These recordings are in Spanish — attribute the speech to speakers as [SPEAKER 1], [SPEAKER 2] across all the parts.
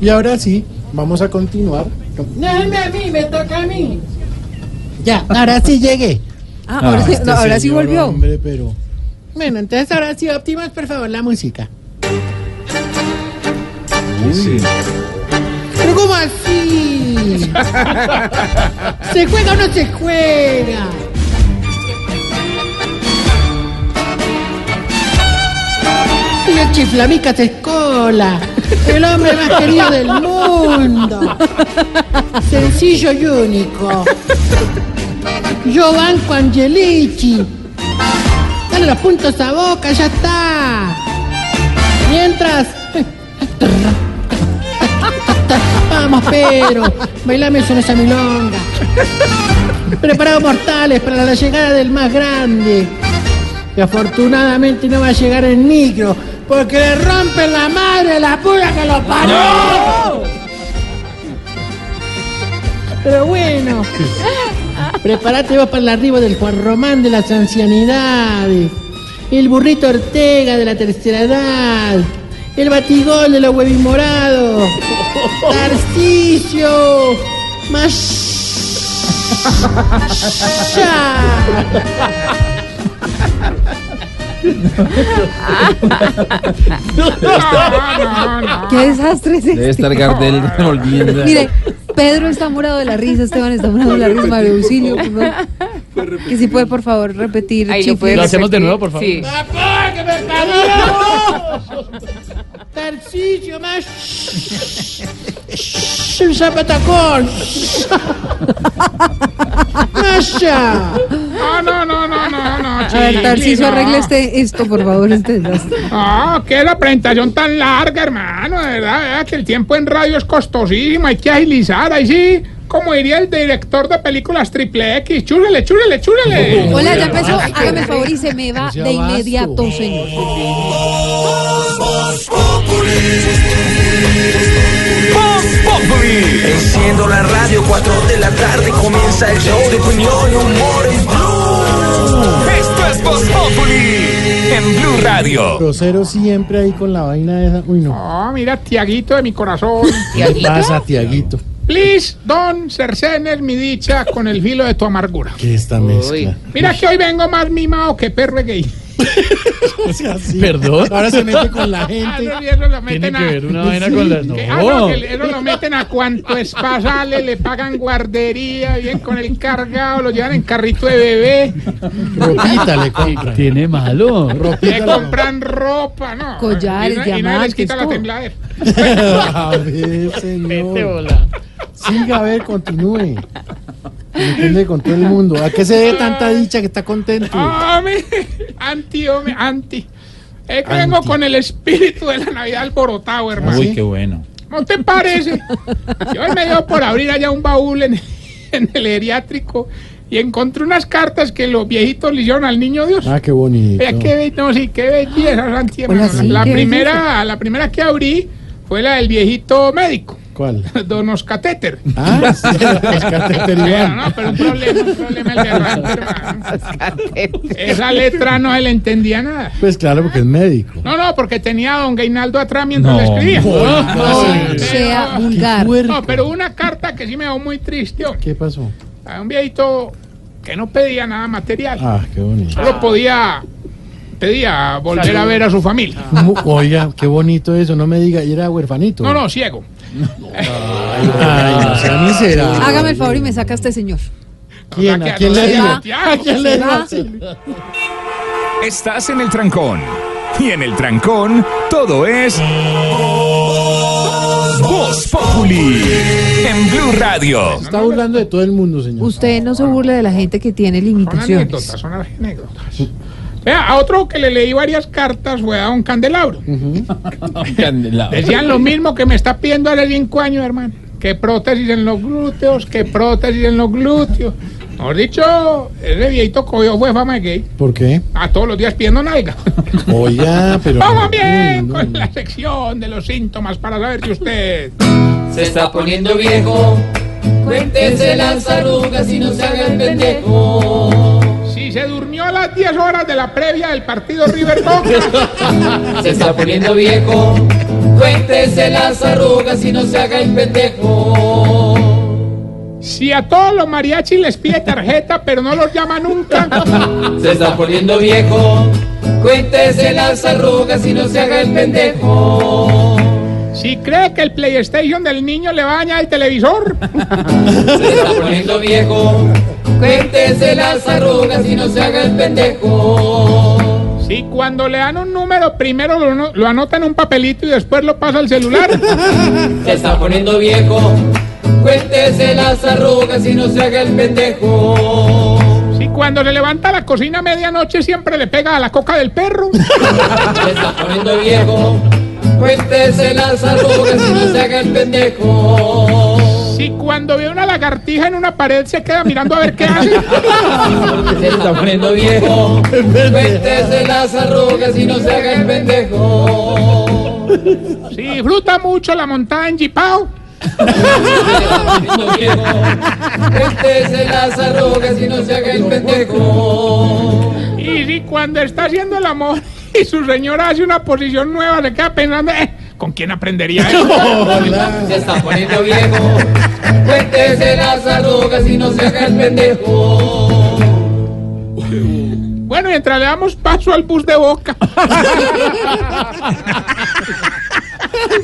[SPEAKER 1] Y ahora sí, vamos a continuar.
[SPEAKER 2] No, a mí, me toca a mí.
[SPEAKER 1] Ya, ahora sí llegué.
[SPEAKER 3] Ah, ahora, sí,
[SPEAKER 1] Este
[SPEAKER 3] no, ahora sí
[SPEAKER 1] señor,
[SPEAKER 3] volvió.
[SPEAKER 1] Hombre, pero
[SPEAKER 2] Bueno, entonces ahora sí, óptimas, por favor, la música. Pero ¿cómo así? ¿Se juega o no se juega? Y el chiflamica se escola. El hombre más querido del mundo. Sencillo y único. Yo banco Angelici. Dale los puntos a boca, ya está. Mientras. Vamos, Pedro. Bailame son esa milonga. Preparados mortales para la llegada del más grande. Y afortunadamente no va a llegar el micro. Porque le rompen la madre a la puta que lo parió. Pero bueno. Prepárate vos para el arribo del Juan Román de las ancianidades, el burrito Ortega de la tercera edad, el batigol de los huevis morados, Tarcicio, Masha.
[SPEAKER 3] Qué desastre es
[SPEAKER 4] Debe
[SPEAKER 3] este.
[SPEAKER 4] estar Gardel volviendo.
[SPEAKER 3] Mire, Pedro está morado de la risa, Esteban está morado de la risa, Mario Auxilio, por favor. Que si puede, por favor, repetir.
[SPEAKER 5] Ahí lo
[SPEAKER 3] chifle.
[SPEAKER 5] puede
[SPEAKER 6] Lo hacemos de
[SPEAKER 5] repetir.
[SPEAKER 6] nuevo, por favor.
[SPEAKER 5] Sí.
[SPEAKER 2] ¡Papá, que me parió! Tarcicio, Masha. Un zapatacón. Masha.
[SPEAKER 6] No, no, no, no, no, no.
[SPEAKER 3] A ver,
[SPEAKER 6] chiqui,
[SPEAKER 3] Tarciso,
[SPEAKER 6] no.
[SPEAKER 3] arregle este, esto, por favor, este desastre.
[SPEAKER 6] No, que la presentación tan larga, hermano, de verdad, vea que el tiempo en radio es costosísimo, hay que agilizar, ahí sí, como diría el director de películas triple X, chúrele, chúrele, chúrele.
[SPEAKER 3] Hola, ya empezó. Hágame el favor y se me va de inmediato, señor.
[SPEAKER 7] Enciendo la radio, 4 de la tarde comienza el show de opinión y humor en Blue. Esto es Voz Populi en Blue Radio.
[SPEAKER 1] Rosero siempre ahí con la vaina esa. Uy, no.
[SPEAKER 6] Oh, mira, Tiaguito de mi corazón.
[SPEAKER 1] ¿Qué pasa, Tiaguito?
[SPEAKER 6] Please, don, cercenes mi dicha con el filo de tu amargura.
[SPEAKER 1] ¿Qué esta mezcla?
[SPEAKER 6] Mira que hoy vengo más mimado que perro gay.
[SPEAKER 1] O sea, sí.
[SPEAKER 6] Perdón.
[SPEAKER 1] Ahora se mete con la
[SPEAKER 6] Ah,
[SPEAKER 1] gente.
[SPEAKER 6] no, y eso lo
[SPEAKER 1] Tiene
[SPEAKER 6] meten
[SPEAKER 1] que
[SPEAKER 6] a-
[SPEAKER 1] ver
[SPEAKER 6] que-
[SPEAKER 1] una
[SPEAKER 6] ah,
[SPEAKER 1] vaina con la-
[SPEAKER 6] no,
[SPEAKER 1] no.
[SPEAKER 6] que eso lo meten a cuanto es pasable, le pagan guardería, bien con el cargado, lo llevan en carrito de bebé,
[SPEAKER 1] Ropita le compra.
[SPEAKER 6] Tiene
[SPEAKER 1] malo.
[SPEAKER 6] le
[SPEAKER 1] Ropita la-
[SPEAKER 6] compran ropa, ¿no?
[SPEAKER 3] Collares,
[SPEAKER 6] Y no- y no les
[SPEAKER 3] diamantes,
[SPEAKER 6] quita la
[SPEAKER 3] todo.
[SPEAKER 6] tembladera.
[SPEAKER 1] A ver, señor. Siga, a ver, continúe. Entiende con todo el mundo. ¿A qué se debe tanta dicha que está contento?
[SPEAKER 6] Ah, hombre, anti, hombre, anti. Es que vengo
[SPEAKER 1] Anti.
[SPEAKER 6] con el espíritu de la Navidad alborotado, hermano.
[SPEAKER 1] Uy, qué
[SPEAKER 4] bueno.
[SPEAKER 6] ¿No te parece? Yo hoy me dio por abrir allá un baúl en, en el geriátrico y encontré unas cartas que los viejitos le hicieron al niño Dios.
[SPEAKER 1] Ah, qué bonito.
[SPEAKER 6] Vea, qué be- no, sí, qué belleza, Santi,
[SPEAKER 3] Hola,
[SPEAKER 6] hermano.
[SPEAKER 3] sí,
[SPEAKER 6] la,
[SPEAKER 3] qué
[SPEAKER 6] primera, la primera que abrí fue la del viejito médico,
[SPEAKER 1] ¿Cuál?
[SPEAKER 6] Don Oscatéter.
[SPEAKER 1] Ah, sí, los catéter
[SPEAKER 6] Bueno,
[SPEAKER 1] Iván.
[SPEAKER 6] no, pero un problema, un problema el de Randy, hermano. Esa letra no se le entendía nada.
[SPEAKER 1] Pues claro, porque es médico.
[SPEAKER 6] No, no, porque tenía a don Gainaldo atrás mientras le escribía.
[SPEAKER 3] No sea
[SPEAKER 1] Qué
[SPEAKER 3] vulgar.
[SPEAKER 1] puerco.
[SPEAKER 6] No, pero una carta que sí me dio muy triste. hombre.
[SPEAKER 1] ¿Qué pasó?
[SPEAKER 6] A un viejito que no pedía nada material.
[SPEAKER 1] Ah, qué bonito.
[SPEAKER 6] Solo podía, pedía volver a ver a su familia.
[SPEAKER 1] Mu- Oiga, qué bonito eso, no me diga, y era huerfanito.
[SPEAKER 6] No, no, ciego.
[SPEAKER 1] Ay, no sea miserable.
[SPEAKER 3] Hágame el favor y me saca a este señor.
[SPEAKER 1] ¿Quién? ¿A quién le
[SPEAKER 6] Se
[SPEAKER 1] dio?
[SPEAKER 6] va.
[SPEAKER 1] ¿A quién le
[SPEAKER 3] Se
[SPEAKER 1] dio?
[SPEAKER 3] va.
[SPEAKER 5] este
[SPEAKER 7] Estás en el trancón. Y en el trancón, todo es. Voz Populi en Blue Radio.
[SPEAKER 1] Se Está burlando de todo el mundo, señor.
[SPEAKER 3] Usted no se burle de la gente que tiene
[SPEAKER 6] Son
[SPEAKER 3] limitaciones.
[SPEAKER 6] anécdotas, son anécdotas. Vea, a otro que le leí varias cartas fue a don Candelabro. Decían lo mismo que me está pidiendo ahora el cinco años, hermano. Que prótesis en los glúteos, que prótesis en los glúteos. Mejor dicho, ese viejito cogió fue fama de gay.
[SPEAKER 1] ¿Por qué?
[SPEAKER 6] A todos los días pidiendo nalga.
[SPEAKER 1] Oiga, pero.
[SPEAKER 6] Vamos bien
[SPEAKER 1] Uy, no,
[SPEAKER 6] con
[SPEAKER 1] no.
[SPEAKER 6] la sección de los síntomas para saber si usted...
[SPEAKER 5] Se está poniendo viejo. Cuéntese las arrugas y no se haga el pendejo.
[SPEAKER 6] Si se durmió a las 10 horas de la previa del partido River Boca.
[SPEAKER 5] Se está poniendo viejo. Cuéntese las arrugas y no se haga el pendejo.
[SPEAKER 6] si a todos los mariachis les pide tarjeta pero no los llama nunca.
[SPEAKER 5] Se está poniendo viejo. Cuéntese las arrugas y no se haga el pendejo.
[SPEAKER 6] Si cree que el PlayStation del niño le va a dañar el televisor.
[SPEAKER 5] Se está poniendo viejo. Cuéntese las arrugas y no se haga el pendejo.
[SPEAKER 6] Si cuando le dan un número primero lo, ano- lo anota en un papelito y después lo pasa al celular.
[SPEAKER 5] Se está poniendo viejo. Cuéntese las arrugas y no se haga el pendejo.
[SPEAKER 6] Si cuando se levanta a la cocina a medianoche siempre le pega a la coca del perro.
[SPEAKER 5] Se está poniendo viejo. Cuéntese las arrugas y no se haga el pendejo.
[SPEAKER 6] Si cuando ve una lagartija en una pared se queda mirando a ver qué hace.
[SPEAKER 5] Se está poniendo viejo. Cuéntese las arrugas y no se haga el pendejo.
[SPEAKER 6] Si disfruta mucho la montada en Jipao.
[SPEAKER 5] Poniendo viejo. Cuéntese las arrugas y no se haga el pendejo.
[SPEAKER 6] Y si cuando está haciendo el amor y su señora hace una posición nueva se queda pensando, "Eh, ¿con quién aprendería eso?
[SPEAKER 5] Se está poniendo viejo. Cuéntese las arrugas y no se haga el pendejo.
[SPEAKER 6] bueno, mientras le damos paso al bus de boca.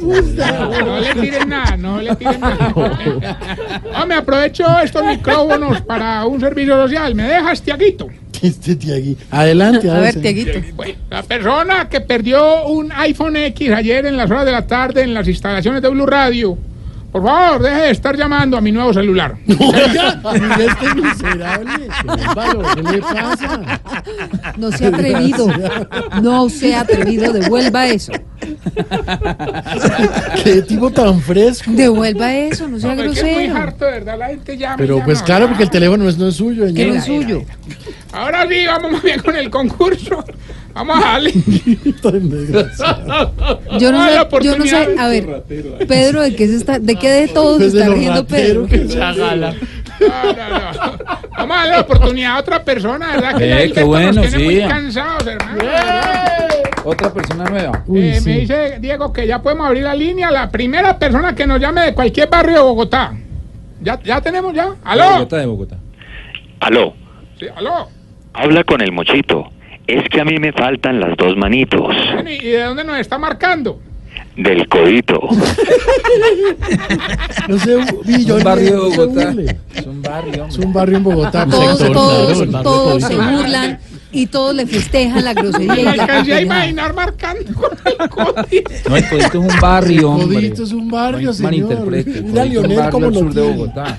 [SPEAKER 6] No le tiren nada, no le tiren nada. Hombre, aprovecho estos micrófonos para un servicio social. ¿Me dejas, Tiaguito?
[SPEAKER 1] Este Tiagui. Adelante,
[SPEAKER 3] A ver,
[SPEAKER 1] avance.
[SPEAKER 3] Tiaguito.
[SPEAKER 6] Bueno, la persona que perdió un iPhone X ayer en las horas de la tarde en las instalaciones de Blue Radio, por favor, deje de estar llamando a mi nuevo celular.
[SPEAKER 1] Oiga, mira este miserable. Álvaro, ¿Qué le pasa?
[SPEAKER 3] No se ha atrevido. No se ha atrevido. Devuelva eso.
[SPEAKER 1] Qué tipo tan fresco.
[SPEAKER 3] Devuelva eso. No sea
[SPEAKER 6] Pero es que es muy
[SPEAKER 3] grosero.
[SPEAKER 6] harto, de verdad, la gente llama. y
[SPEAKER 1] Pero
[SPEAKER 6] llama,
[SPEAKER 1] pues claro,
[SPEAKER 6] ¿verdad?
[SPEAKER 1] porque el teléfono es- no es suyo,
[SPEAKER 3] Que no
[SPEAKER 1] señora.
[SPEAKER 3] es suyo.
[SPEAKER 6] Ahora sí, vamos más bien con el concurso. Vamos a darle.
[SPEAKER 1] Tan desgraciado.
[SPEAKER 3] Yo no
[SPEAKER 6] Ah, la
[SPEAKER 3] sé. Yo no
[SPEAKER 6] oportunidad
[SPEAKER 3] sé. A ver, Pedro, ¿de qué se está? ¿De qué de todos se
[SPEAKER 1] Pues de
[SPEAKER 3] está
[SPEAKER 1] lo
[SPEAKER 3] riendo
[SPEAKER 1] ratero
[SPEAKER 3] Pedro?
[SPEAKER 1] que-
[SPEAKER 6] No, no, no. Vamos a darle la oportunidad a otra persona, ¿verdad? Que
[SPEAKER 4] Eh,
[SPEAKER 6] ya el
[SPEAKER 4] qué
[SPEAKER 6] reto
[SPEAKER 4] bueno,
[SPEAKER 6] nos tiene
[SPEAKER 4] sí.
[SPEAKER 6] muy cansados, hermano.
[SPEAKER 4] Otra persona nueva.
[SPEAKER 1] Uy,
[SPEAKER 6] Eh, Me
[SPEAKER 1] sí.
[SPEAKER 6] dice Diego que ya podemos abrir la línea. La primera persona que nos llame de cualquier barrio de Bogotá. ¿Ya, ya tenemos ya?
[SPEAKER 4] De
[SPEAKER 6] ¿Aló?
[SPEAKER 4] Bogotá, de Bogotá.
[SPEAKER 8] Aló,
[SPEAKER 6] Sí, ¿Aló?
[SPEAKER 8] habla con el mochito. Es que a mí me faltan las dos manitos
[SPEAKER 6] Bueno, ¿Y y de dónde nos está marcando?
[SPEAKER 8] del codito.
[SPEAKER 1] No sé,
[SPEAKER 4] un barrio de Bogotá.
[SPEAKER 1] Es un barrio. Es un barrio en Bogotá.
[SPEAKER 3] Todos,
[SPEAKER 1] sector, claro, el
[SPEAKER 3] todos,
[SPEAKER 1] barrio
[SPEAKER 3] todos
[SPEAKER 1] todo.
[SPEAKER 3] se burlan y todos le festejan la grosería.
[SPEAKER 6] Me
[SPEAKER 3] y la
[SPEAKER 6] alcancé a
[SPEAKER 3] patinada.
[SPEAKER 6] imaginar marcando con el codito.
[SPEAKER 4] No, el Codito es un barrio, hombre.
[SPEAKER 1] Codito es un barrio,
[SPEAKER 4] No
[SPEAKER 1] señor.
[SPEAKER 4] malinterprete, el Codito
[SPEAKER 1] Mira,
[SPEAKER 4] es un
[SPEAKER 1] Lionel,
[SPEAKER 4] barrio
[SPEAKER 1] cómo
[SPEAKER 4] al
[SPEAKER 1] lo
[SPEAKER 4] sur de
[SPEAKER 1] tiene.
[SPEAKER 4] Bogotá.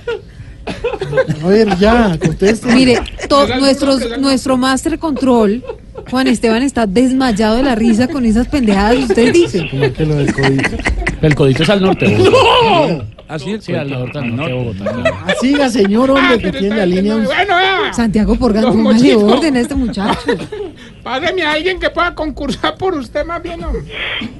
[SPEAKER 1] A ver, ya, conteste.
[SPEAKER 3] Mire, to-
[SPEAKER 6] Salga,
[SPEAKER 3] nuestros-
[SPEAKER 6] salga.
[SPEAKER 3] nuestro master control, Juan Esteban, está desmayado de la risa con esas pendejadas que usted dice.
[SPEAKER 1] ¿Cómo es que lo del codito?
[SPEAKER 2] El codito es al norte. de Bogotá.
[SPEAKER 4] Así es.
[SPEAKER 2] Sí, al norte, al norte de Bogotá. claro.
[SPEAKER 1] Ah, siga, señor, hombre, que
[SPEAKER 6] pero
[SPEAKER 1] tiene la
[SPEAKER 6] está
[SPEAKER 1] línea.
[SPEAKER 6] diciendo,
[SPEAKER 1] once.
[SPEAKER 6] Bueno, vea,
[SPEAKER 3] Santiago Porgan,
[SPEAKER 6] Don
[SPEAKER 3] póngale
[SPEAKER 6] Mochito.
[SPEAKER 3] orden a este muchacho.
[SPEAKER 6] páseme a alguien que pueda concursar por usted más bien. hombre.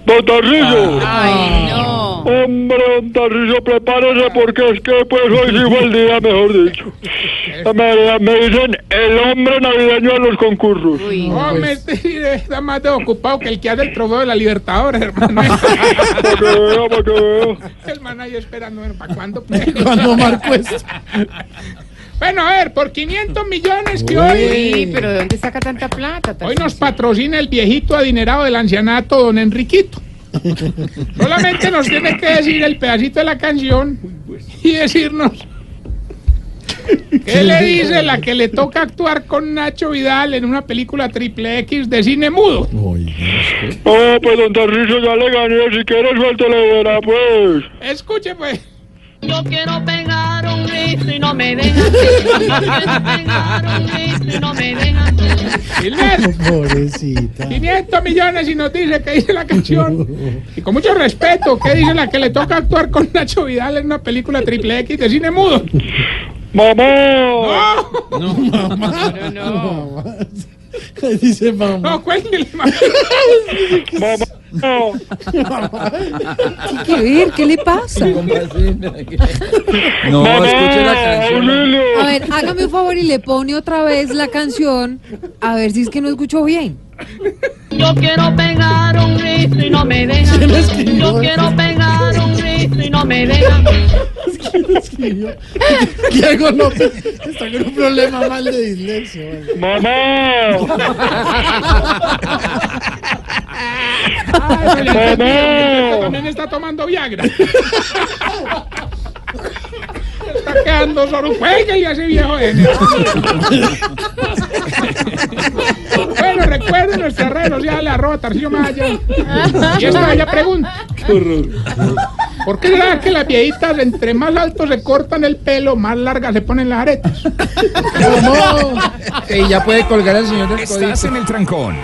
[SPEAKER 8] ¡Botarrillo!
[SPEAKER 9] Ay, no.
[SPEAKER 8] ¡Hombre, Botarrillo, prepárese porque es que pues hoy sí fue el día, mejor dicho! Me, me dicen el hombre navideño de los concursos.
[SPEAKER 1] pues.
[SPEAKER 6] Hombre, este está más desocupado que el que hace el trofeo de la Libertadores, hermano.
[SPEAKER 8] Para que vea, para que vea.
[SPEAKER 6] el manager esperando, bueno, ¿para cuándo?
[SPEAKER 1] Cuando marco esto.
[SPEAKER 6] Bueno, a ver, por 500 millones que hoy,
[SPEAKER 1] Sí, pero
[SPEAKER 2] ¿De dónde saca tanta plata?
[SPEAKER 6] hoy nos patrocina el viejito adinerado del ancianato, don Enriquito. Solamente nos tiene que decir el pedacito de la canción y decirnos qué le dice la que le toca actuar con Nacho Vidal en una película triple X de cine mudo.
[SPEAKER 8] Oh, pues don Tarrillo ya le gané, si quieres suéltale de la pues.
[SPEAKER 6] Escuche pues.
[SPEAKER 10] Yo quiero pegar un grito y no me dejan. Yo quiero pegar un grito y no me dejan.
[SPEAKER 1] Pobrecita.
[SPEAKER 6] 500 millones y nos dice que dice la canción. Y con mucho respeto, ¿qué dice la que le toca actuar con Nacho Vidal en una película triple X de cine mudo?
[SPEAKER 5] ¡Mamá!
[SPEAKER 6] No, no mamá. No,
[SPEAKER 1] Dice mamá.
[SPEAKER 6] No, cuéntele, mamá.
[SPEAKER 5] mamá. No.
[SPEAKER 3] ¿Qué ver? ¿Qué le pasa?
[SPEAKER 4] No,
[SPEAKER 5] Mamá,
[SPEAKER 4] escuche la canción.
[SPEAKER 3] A ver, hágame un favor y le pone otra vez la canción. A ver si es que no escuchó bien.
[SPEAKER 10] Yo quiero pegar un grito y no me dejan. Yo quiero pegar un grito y no me dejan.
[SPEAKER 1] Diego López está con un problema mal de dislexia. vale.
[SPEAKER 5] Mamá.
[SPEAKER 6] Pero También está tomando Viagra. Está quedando solo. Cuélguele a ese viejo de Bueno, recuerden nuestras redes sociales, arroba Tarcillo Maya. Y esta Maya pregunta. ¿Por qué será que las viejitas entre más alto se cortan el pelo, más largas se ponen las aretas?
[SPEAKER 4] Y ya puede colgar al señor del código.
[SPEAKER 11] Estás en el trancón.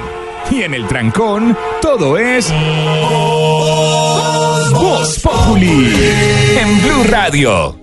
[SPEAKER 11] Y en el trancón, todo es. Voz Populi. En Blue Radio.